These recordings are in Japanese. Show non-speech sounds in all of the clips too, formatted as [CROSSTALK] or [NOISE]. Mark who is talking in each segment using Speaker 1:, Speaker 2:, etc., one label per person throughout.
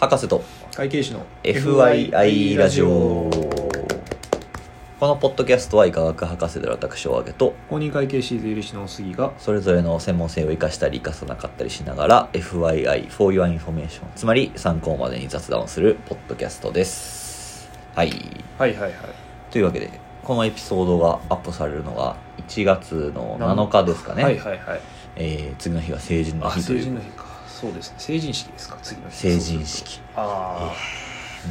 Speaker 1: 博士と
Speaker 2: 会計士の
Speaker 1: FYI ラジオこのポッドキャストは医科学博士である私を挙げと
Speaker 2: 公認会計士税理士の杉が
Speaker 1: それぞれの専門性を生かしたり生かさなかったりしながら FYI for your information つまり参考までに雑談をするポッドキャストですはい
Speaker 2: はいはいはい
Speaker 1: というわけでこのエピソードがアップされるのが1月の7日ですかね、
Speaker 2: はいはいはい
Speaker 1: えー次の日は成人の
Speaker 2: あ
Speaker 1: 日と
Speaker 2: 成
Speaker 1: い
Speaker 2: 人
Speaker 1: う
Speaker 2: の日かそうですね成人式ですか次の日
Speaker 1: 成人式
Speaker 2: あ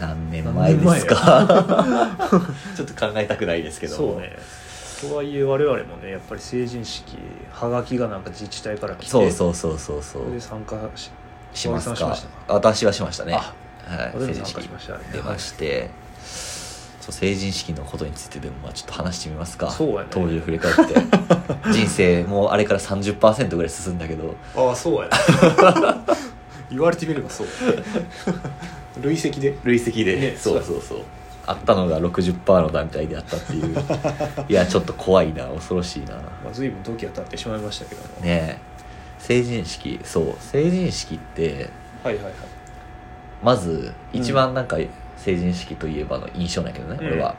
Speaker 1: 何年前ですか [LAUGHS]
Speaker 2: [LAUGHS]
Speaker 1: ちょっと考えたくないです
Speaker 2: あ
Speaker 1: けども
Speaker 2: そうねとはいえ我々もねやっぱり成人式はがきがなんか自治体から来て
Speaker 1: そうそうそうそうそ
Speaker 2: それで
Speaker 1: う
Speaker 2: 参加し
Speaker 1: しますか
Speaker 2: しましたか
Speaker 1: 私はしましたねは
Speaker 2: あ
Speaker 1: い
Speaker 2: 私も
Speaker 1: 成人
Speaker 2: 参
Speaker 1: 式
Speaker 2: 加しましたね
Speaker 1: 出まして、そう成人式のことについてでもまあちょっと話してみますか
Speaker 2: そうやね
Speaker 1: 当時を振り返って
Speaker 2: [LAUGHS]
Speaker 1: 人生もうあれから30%ぐらい進んだけど
Speaker 2: ああそうや [LAUGHS] 言われてみれ
Speaker 1: [LAUGHS]
Speaker 2: ばそう累積で
Speaker 1: 累積で、
Speaker 2: ね
Speaker 1: そうそうそうあったのが60%の段階であったって
Speaker 2: [LAUGHS]
Speaker 1: いういやちょっと怖いな恐ろしいな
Speaker 2: まあ随分時は経ってしまいましたけども
Speaker 1: ねえ成人式そう成人式って
Speaker 2: はいはいはい
Speaker 1: まず一番なんか成人式といえばの印象なんやけどね、
Speaker 2: うん
Speaker 1: 俺は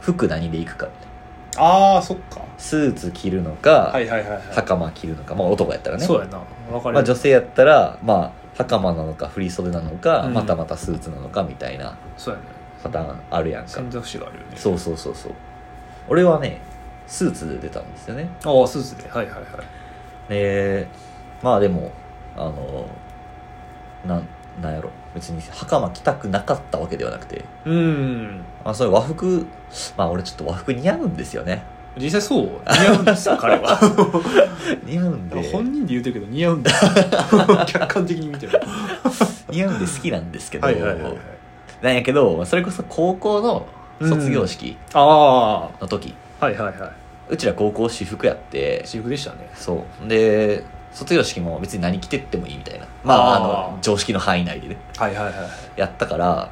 Speaker 1: 服何で行くかみたいな
Speaker 2: ああそっか
Speaker 1: スーツ着るのか、
Speaker 2: はいはいはいはい
Speaker 1: 袴着るのかまあ男やったらね
Speaker 2: そうやな分かれる、
Speaker 1: まあ、女性やったらまあ袴なのか振袖なのか、
Speaker 2: うん
Speaker 1: またまたスーツなのかみたいな
Speaker 2: そうやね
Speaker 1: パターンあるやんか
Speaker 2: 選択肢があるよね
Speaker 1: そうそうそうそう俺はねスーツで出たんですよね
Speaker 2: ああスーツではいはいはい
Speaker 1: でまあでもあのなんなんやろ別に袴着たくなかったわけではなくて
Speaker 2: うーん
Speaker 1: まあ、それ和服、まあ、俺ちょっと和服似合うんですよね。 [LAUGHS]
Speaker 2: 実際そう似合うんですよ彼は
Speaker 1: 似合うんで、
Speaker 2: 本人で言うてるけど似合うんだ
Speaker 1: [LAUGHS]
Speaker 2: 客観的に見ても
Speaker 1: 似合うんで好きなんですけど、
Speaker 2: はいはいはいはい
Speaker 1: なんやけど、まあそれこそ高校の卒業式
Speaker 2: ああは
Speaker 1: の時、
Speaker 2: いはいは
Speaker 1: うちら高校私服やって
Speaker 2: い、私服でしたね
Speaker 1: そう。で、卒業式も別に何着てってもいいみたいな。まあ、
Speaker 2: あー
Speaker 1: あの、常識の範囲内でね、
Speaker 2: はいはいはいはい
Speaker 1: やったから、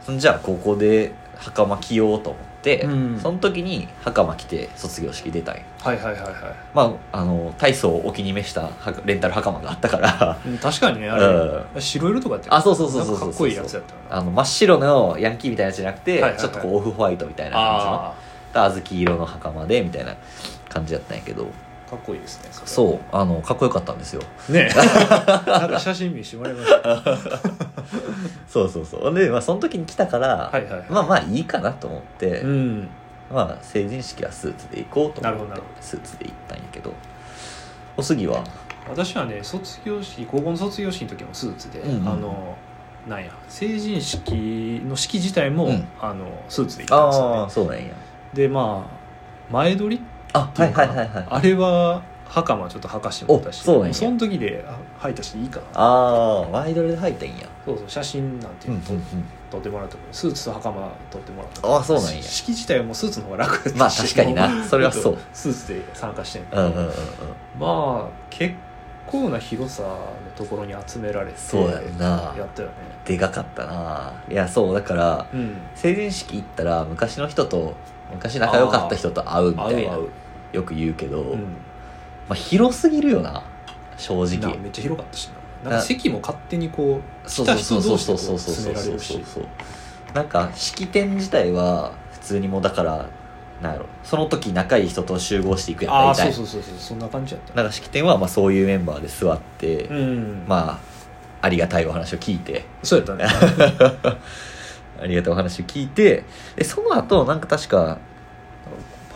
Speaker 1: そんじゃあ高校で袴着ようと思って、
Speaker 2: うん
Speaker 1: その時に袴着て卒業式出たんよ
Speaker 2: はいはいはいは
Speaker 1: まあ、あの、体操をお気に召したはレンタル袴があったから、
Speaker 2: いうん確かにねあれ、
Speaker 1: うん
Speaker 2: 白色とかやって
Speaker 1: あそうそうそうそうそう
Speaker 2: かっこいいやつやったよな
Speaker 1: あの真っ白のヤンキーみたいなやつじゃなくて、
Speaker 2: はいはいはい
Speaker 1: ちょっとこうオフホワイトみたいな感
Speaker 2: あ
Speaker 1: じの小豆色の袴でみたいな感じだったんやけど
Speaker 2: あかっこいいですねそれ
Speaker 1: そうあのかっこよかったんですよ [LAUGHS]
Speaker 2: ねなんか写真見してもらいましたは
Speaker 1: そうそうそうで、まあ、その時に来たから、
Speaker 2: いはいはい
Speaker 1: まあまあいいかなと思って、
Speaker 2: うん
Speaker 1: まあ成人式はスーツで行こうと
Speaker 2: なるほ
Speaker 1: 思
Speaker 2: ど
Speaker 1: っ
Speaker 2: な
Speaker 1: て
Speaker 2: るほ
Speaker 1: スーツで行ったんやけどおすぎは
Speaker 2: 私はね卒業式高校の卒業式の時もスーツで、
Speaker 1: うんうん
Speaker 2: あのなんや成人式の式自体も、
Speaker 1: うん
Speaker 2: あのスーツで行ったんですよ
Speaker 1: あ
Speaker 2: ね
Speaker 1: あそうなんや
Speaker 2: でまあ前撮りっ
Speaker 1: あ
Speaker 2: て
Speaker 1: はいいう
Speaker 2: か
Speaker 1: はい
Speaker 2: な
Speaker 1: はいはいあ
Speaker 2: あれは袴ちょっと履かしてもらったし
Speaker 1: おそうなんや
Speaker 2: の時であ履いたしいいかな
Speaker 1: あーワイドレで入ったんや
Speaker 2: そうそう写真なんて
Speaker 1: う
Speaker 2: い
Speaker 1: ん
Speaker 2: う
Speaker 1: う
Speaker 2: の
Speaker 1: ん
Speaker 2: 撮,、撮ってもらったけどスーツと袴撮ってもらった
Speaker 1: ああそうなんや
Speaker 2: 式自体もスーツの方が楽だったし
Speaker 1: まあ確かに
Speaker 2: [LAUGHS]
Speaker 1: なそれはそう
Speaker 2: スーツで参加してんけ
Speaker 1: うん
Speaker 2: ど
Speaker 1: うんうんうん
Speaker 2: まあ結構な広さのところに集められて
Speaker 1: そうやんな
Speaker 2: やったよね
Speaker 1: でかかったないやそうだから
Speaker 2: うん
Speaker 1: 成人式行ったら昔の人と昔仲良かった人と会うみ
Speaker 2: 合
Speaker 1: た
Speaker 2: う
Speaker 1: いな
Speaker 2: 合う、
Speaker 1: よく言うけど、
Speaker 2: う
Speaker 1: ま
Speaker 2: ん、
Speaker 1: あ、広すぎるよな正
Speaker 2: な
Speaker 1: 直
Speaker 2: めっちゃ広かったしななんか席も勝手にこう
Speaker 1: そう
Speaker 2: 来た
Speaker 1: そ
Speaker 2: 人
Speaker 1: うそ
Speaker 2: 同
Speaker 1: う
Speaker 2: 士
Speaker 1: そう
Speaker 2: でこ
Speaker 1: そううそうそう
Speaker 2: 詰められ
Speaker 1: そう
Speaker 2: るし
Speaker 1: そうなんか式典自体は普通にもうだからなんやろその時仲いい人と集合していくやん
Speaker 2: ああ
Speaker 1: 大
Speaker 2: そ
Speaker 1: 体
Speaker 2: うそうそうそうそんな感じやった
Speaker 1: なんか式典はまあそういうメンバーで座って、
Speaker 2: うんあ
Speaker 1: まあありがたいお話を聞いて
Speaker 2: そうやったね
Speaker 1: [LAUGHS] ありがたいお話を聞いてでその後なんか確か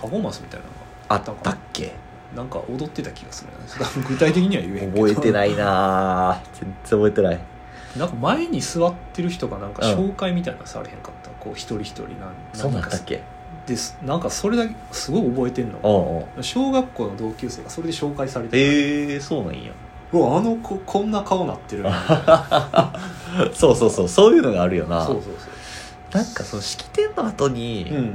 Speaker 2: パフォーマンスみたいなのが
Speaker 1: あったっけ
Speaker 2: なんか踊ってた気がする
Speaker 1: [LAUGHS]
Speaker 2: なそれは具体的には言えへんけど
Speaker 1: 覚えて
Speaker 2: い
Speaker 1: ないなぁ全然覚えてない
Speaker 2: なんか前に座ってる人がなんか
Speaker 1: うん
Speaker 2: 紹介みたいなのされへんかった、こう一人一人なん
Speaker 1: そうなん
Speaker 2: か
Speaker 1: だっけ
Speaker 2: ですなんかそれだけすごい覚えてんの
Speaker 1: おうんうん
Speaker 2: 小学校の同級生がそれで紹介されてた
Speaker 1: えー、そうなんや [LAUGHS]
Speaker 2: うわあの子こんな顔なってるみたいな
Speaker 1: そうそうそうそういうのがあるよな
Speaker 2: そうそう
Speaker 1: なんかその式典の後に、
Speaker 2: そううん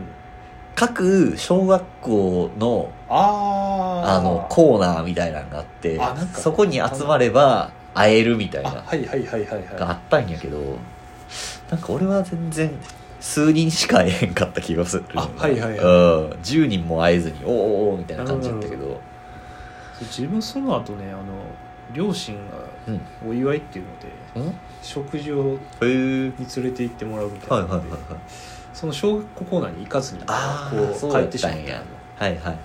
Speaker 1: 各小学校の
Speaker 2: ああ
Speaker 1: あのコーナーみたいなのがあって
Speaker 2: あなんか
Speaker 1: そこに集まれば会えるみたい
Speaker 2: あ
Speaker 1: な
Speaker 2: はいはいはいはいはい
Speaker 1: があったんやけどなんか俺は全然数人しか会えへんかった気がする
Speaker 2: あはいはいはい
Speaker 1: うん、10人も会えずにおーおーおーみたいな感じだったけど
Speaker 2: 自分その後ねあの両親が
Speaker 1: うんうん
Speaker 2: お祝いっていうので
Speaker 1: へ
Speaker 2: 食事を
Speaker 1: えー、
Speaker 2: に連れて行ってもらうみた
Speaker 1: はいいは
Speaker 2: な
Speaker 1: いはい
Speaker 2: のでその小学校コーナーに行かずにこ
Speaker 1: あーそう
Speaker 2: う帰
Speaker 1: だっ
Speaker 2: ってしたまっ
Speaker 1: んや
Speaker 2: た
Speaker 1: はいはいはい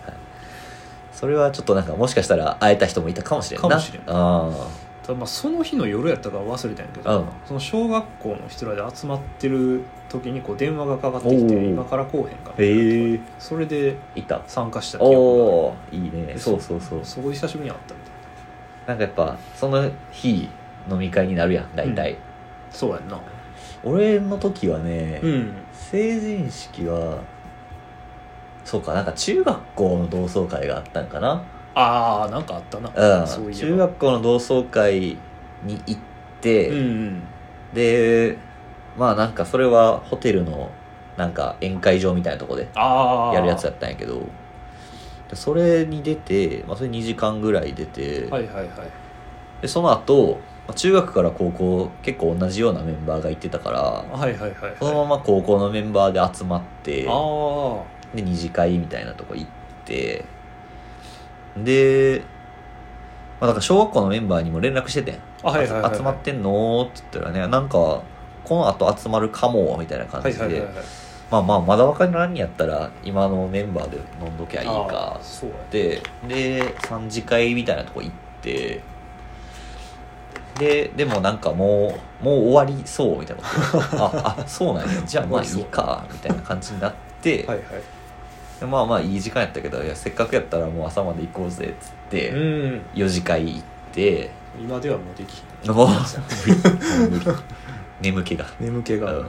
Speaker 1: それはちょっとなんかもしかしたら会えた人もいたかもしれんな
Speaker 2: かもしれん
Speaker 1: あ
Speaker 2: ただまあその日の夜やったから忘れたんやけ
Speaker 1: うん
Speaker 2: どその小学校の人らで集まってる時にこう電話がかかってき
Speaker 1: お
Speaker 2: て
Speaker 1: ー
Speaker 2: 今から来おへんかみ
Speaker 1: ー
Speaker 2: たいな
Speaker 1: へえ
Speaker 2: それで
Speaker 1: いた
Speaker 2: 参加した記憶
Speaker 1: おおいいねそうそうそう
Speaker 2: がそこで久しぶりに会ったみたいな
Speaker 1: なんかやっぱその日飲み会になるやん大体、
Speaker 2: そうやんな
Speaker 1: 俺の時はね、
Speaker 2: うん
Speaker 1: 成人式はそうかなんか中学校の同窓会があったんかな
Speaker 2: ああなんかあったな
Speaker 1: う
Speaker 2: そ
Speaker 1: ん
Speaker 2: ういえば
Speaker 1: 中学校の同窓会に行って、
Speaker 2: うんうん
Speaker 1: でまあなんかそれはホテルのなんか宴会場みたいなとこで
Speaker 2: ああ
Speaker 1: やるやつだったんやけどでそれに出て、まあ、それ2時間ぐらい出て、
Speaker 2: はいはいはい
Speaker 1: でその後まあ中学から高校結構同じようなメンバーが行ってたから
Speaker 2: はいはいはいはい
Speaker 1: そのまま高校のメンバーで集まって
Speaker 2: あ
Speaker 1: で二次会みたいなとこ行ってで、まあ、なんか小学校のメンバーにも連絡しててん
Speaker 2: あはいはいはいはい
Speaker 1: 集まってんの?」って言ったらねなんかこの後集まるかもみたいな感
Speaker 2: はい
Speaker 1: じ
Speaker 2: はいはい
Speaker 1: で
Speaker 2: はい
Speaker 1: まあまあまだ分からんやったら今のメンバーで飲んどきゃいい
Speaker 2: あ
Speaker 1: か
Speaker 2: ーそうや
Speaker 1: でで3次会みたいなとこ行ってででもなんかもうもう終わりそうみたいなこと
Speaker 2: [LAUGHS]
Speaker 1: ああそうなんやじゃあまあいいかみたいな感じになって、
Speaker 2: はいはい
Speaker 1: でまあまあいい時間やったけどいやせっかくやったらもう朝まで行こうぜっつって、
Speaker 2: うん
Speaker 1: 4次会行って
Speaker 2: 今ではもうでき
Speaker 1: もう無理もう無理眠気が
Speaker 2: ひん眠気が
Speaker 1: うん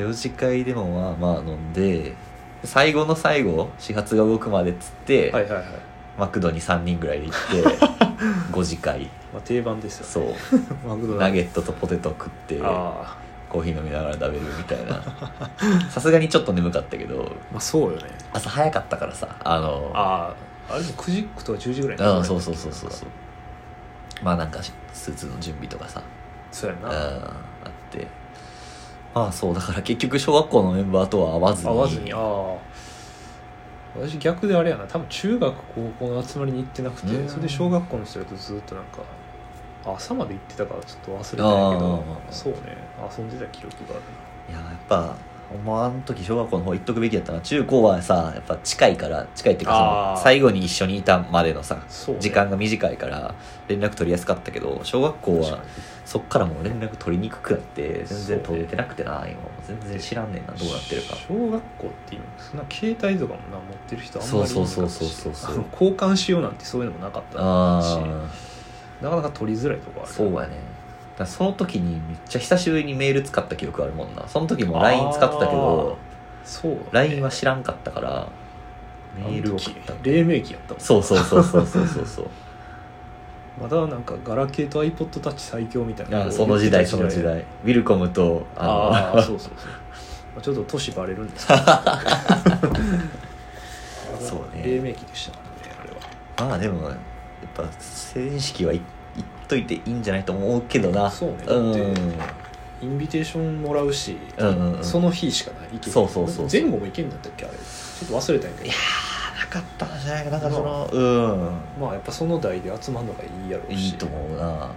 Speaker 1: 4次会でもまあまあ飲んで最後の最後始発が動くまでっつって、
Speaker 2: はいはいはい、
Speaker 1: マクドに3人ぐらいで行って5次会
Speaker 2: まあ、定番で
Speaker 1: [LAUGHS]
Speaker 2: すよ
Speaker 1: そう
Speaker 2: マクドナ
Speaker 1: ナ
Speaker 2: ル
Speaker 1: ゲットとポテト食って
Speaker 2: ドああ
Speaker 1: コーヒー飲みながら食べるみたいなさすがにちょっと眠かったけど
Speaker 2: まあそうよね
Speaker 1: 朝早かったからさあの
Speaker 2: あああれも9時とか10時ぐらいに
Speaker 1: うん、そうそうそうそうそうまあなんかしスーツの準備とかさ
Speaker 2: そうや
Speaker 1: うん
Speaker 2: な
Speaker 1: あってまあそうだから結局小学校のメンバーとは会わずに
Speaker 2: 合わずにああ私逆であれやな多分中学高校の集まりに行ってなく
Speaker 1: うん
Speaker 2: てそれで小学校の人だとずっとなんか朝まで行ってたからちょっと忘れたんやけど
Speaker 1: ああ
Speaker 2: そうね遊んでた記憶があ
Speaker 1: い
Speaker 2: る
Speaker 1: ややっぱほんまあの時小学校の方行っとくべきだったな中高はさやっぱ近いから近いっていうか
Speaker 2: あー
Speaker 1: その最後に一緒にいたまでのさ
Speaker 2: なそう、ね、
Speaker 1: 時間が短いから連絡取りやすかったけど小学校
Speaker 2: 確
Speaker 1: は
Speaker 2: か
Speaker 1: そっからもう連絡取りにくくなって全然取れてなくてな今もう全然知らんねんな
Speaker 2: に
Speaker 1: どうなってるか
Speaker 2: 小学校って今そんな携帯とかもな持ってる人あんまりいなかったし
Speaker 1: そうそうそうそうそう
Speaker 2: あの交換しようなんてそういうのもなかったし
Speaker 1: ああ
Speaker 2: なかなか取りづらいとこある
Speaker 1: そうやねだからその時にめっちゃ久しぶりにメール使った記憶あるもんなその時も LINE 使ってたけど
Speaker 2: そう、ね、
Speaker 1: LINE は知らんかったからメ
Speaker 2: あの
Speaker 1: ールを送
Speaker 2: 時
Speaker 1: った
Speaker 2: 黎明期やったもん
Speaker 1: そうそうそうそうそうそうそう
Speaker 2: まだなんかガラケーと iPod タッチ最強みたい
Speaker 1: [LAUGHS]
Speaker 2: な
Speaker 1: あその時代
Speaker 2: 言
Speaker 1: そ
Speaker 2: っ
Speaker 1: の
Speaker 2: てた
Speaker 1: 時代ウィルコムとあ
Speaker 2: ああそうそうそうまあちょっと年バレる
Speaker 1: [LAUGHS]
Speaker 2: んですけど
Speaker 1: そうね
Speaker 2: 黎明期でしたからね
Speaker 1: の [LAUGHS] ま
Speaker 2: あれは
Speaker 1: あでもやっぱ成人式はい行っといていいんじゃないと思うけどな
Speaker 2: そうねだ
Speaker 1: うん
Speaker 2: ってインビテーションもらうし、
Speaker 1: うんうんうん
Speaker 2: その日しかない意見
Speaker 1: そうそうそう
Speaker 2: 前後も意見だったっけあれちょっと忘れたんやけど
Speaker 1: あなかったんじゃないかなんかそのうん
Speaker 2: まあやっぱその代で集まるのがいいやろうし
Speaker 1: いいと思うな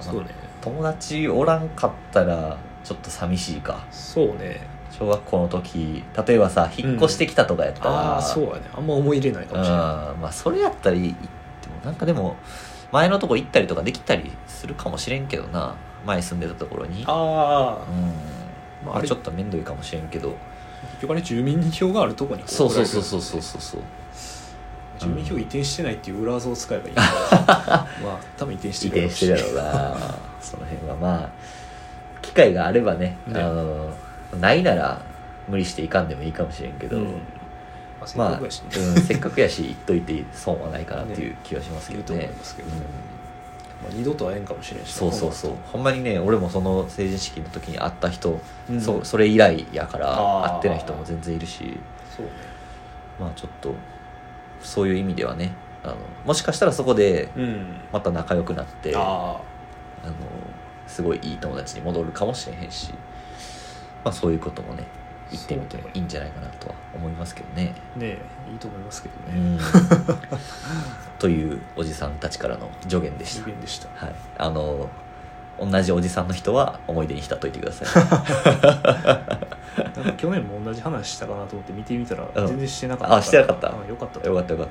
Speaker 2: そうね
Speaker 1: 友達おらんかったらちょっと寂しいか
Speaker 2: そうね
Speaker 1: 小学校の時例えばさ引っ越してきたとかやったら、
Speaker 2: ああそうやねあんま思い入れないかもしれない
Speaker 1: うんまあそれやったらいいってもなんかでも前のとこ行ったりとかできたりするかもしれんけどな前住んでたところに
Speaker 2: あ
Speaker 1: うん
Speaker 2: あ
Speaker 1: ま
Speaker 2: ま
Speaker 1: あ、
Speaker 2: ああれ
Speaker 1: ちょっと面倒いかもしれんけど
Speaker 2: 結局あれ住民票があるとこに
Speaker 1: そうそうそうそううそうそうそう
Speaker 2: 住民票移転してないっていう裏技を使えばいい [LAUGHS] まあ多分移転し
Speaker 1: 移
Speaker 2: てる
Speaker 1: 転してるや
Speaker 2: [LAUGHS]
Speaker 1: ろうなその辺はまあ機会があればね
Speaker 2: ね
Speaker 1: あのないなら無理していかんでもいいかもしれんけど、
Speaker 2: うんまあせっ
Speaker 1: ま
Speaker 2: か
Speaker 1: あ、
Speaker 2: く
Speaker 1: うん、
Speaker 2: やしね
Speaker 1: せっかくやし言っといて損はないかなっていう気はしますけ
Speaker 2: いいと
Speaker 1: ど
Speaker 2: 思
Speaker 1: ね
Speaker 2: いますけど、
Speaker 1: うん
Speaker 2: まあ、二度と会えんかもしれんし
Speaker 1: そうそうそううほんまにね俺もその成人式の時に会った人、
Speaker 2: うん
Speaker 1: そうそれ以来やから
Speaker 2: あー
Speaker 1: 会ってない人も全然いるし
Speaker 2: そうね
Speaker 1: まあちょっとそういう意味ではねあのもしかしたらそこで
Speaker 2: うん
Speaker 1: また仲良くなってあ
Speaker 2: あ
Speaker 1: のすごいいい友達に戻るかもしれへんし、まあ、そういうこともね
Speaker 2: あ
Speaker 1: 行ってみてもいいんじゃないかなとは思いますけどね。
Speaker 2: ねえいいと思いますけど
Speaker 1: う
Speaker 2: ね
Speaker 1: [LAUGHS] んというおじさんたちからの助言でし
Speaker 2: 自
Speaker 1: た。
Speaker 2: 分でした
Speaker 1: はい、あの同じおじさんの人は思い出に浸っといてください
Speaker 2: なんか去年も同じ話したかなと思って見てみたら
Speaker 1: うん
Speaker 2: 全然してなかった
Speaker 1: あしてなかった
Speaker 2: うんよか [LAUGHS] ったと
Speaker 1: [LAUGHS] よ
Speaker 2: 思
Speaker 1: かっ
Speaker 2: う
Speaker 1: たよ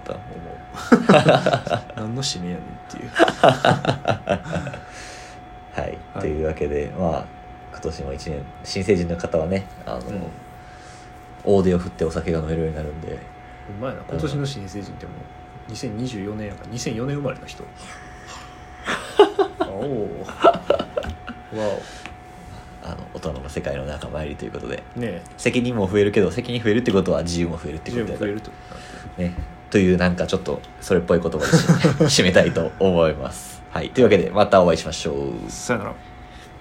Speaker 1: かった
Speaker 2: 何の使命やねんっていう
Speaker 1: はい、
Speaker 2: はい
Speaker 1: というわけでまあ今年も1年新成人の方はねあの、
Speaker 2: うん
Speaker 1: 大手を振ってお酒が飲めるようになるんで
Speaker 2: ほんまやな今年の新成人ってもう2024年やから2004年生まれの [LAUGHS] 人おおわ
Speaker 1: あの大人の世界の仲間入りということで
Speaker 2: おねえ
Speaker 1: 責任も増えるけど責任増えるってことは自由も増えるってこ
Speaker 2: 10
Speaker 1: とだ
Speaker 2: も増
Speaker 1: か
Speaker 2: え
Speaker 1: ら
Speaker 2: るってことなんだ
Speaker 1: ねというなんかちょっとそ
Speaker 2: [LAUGHS]
Speaker 1: れっぽい言葉で締め締めたいと思いますはいというわけでまたお会いしましょう
Speaker 2: さよなら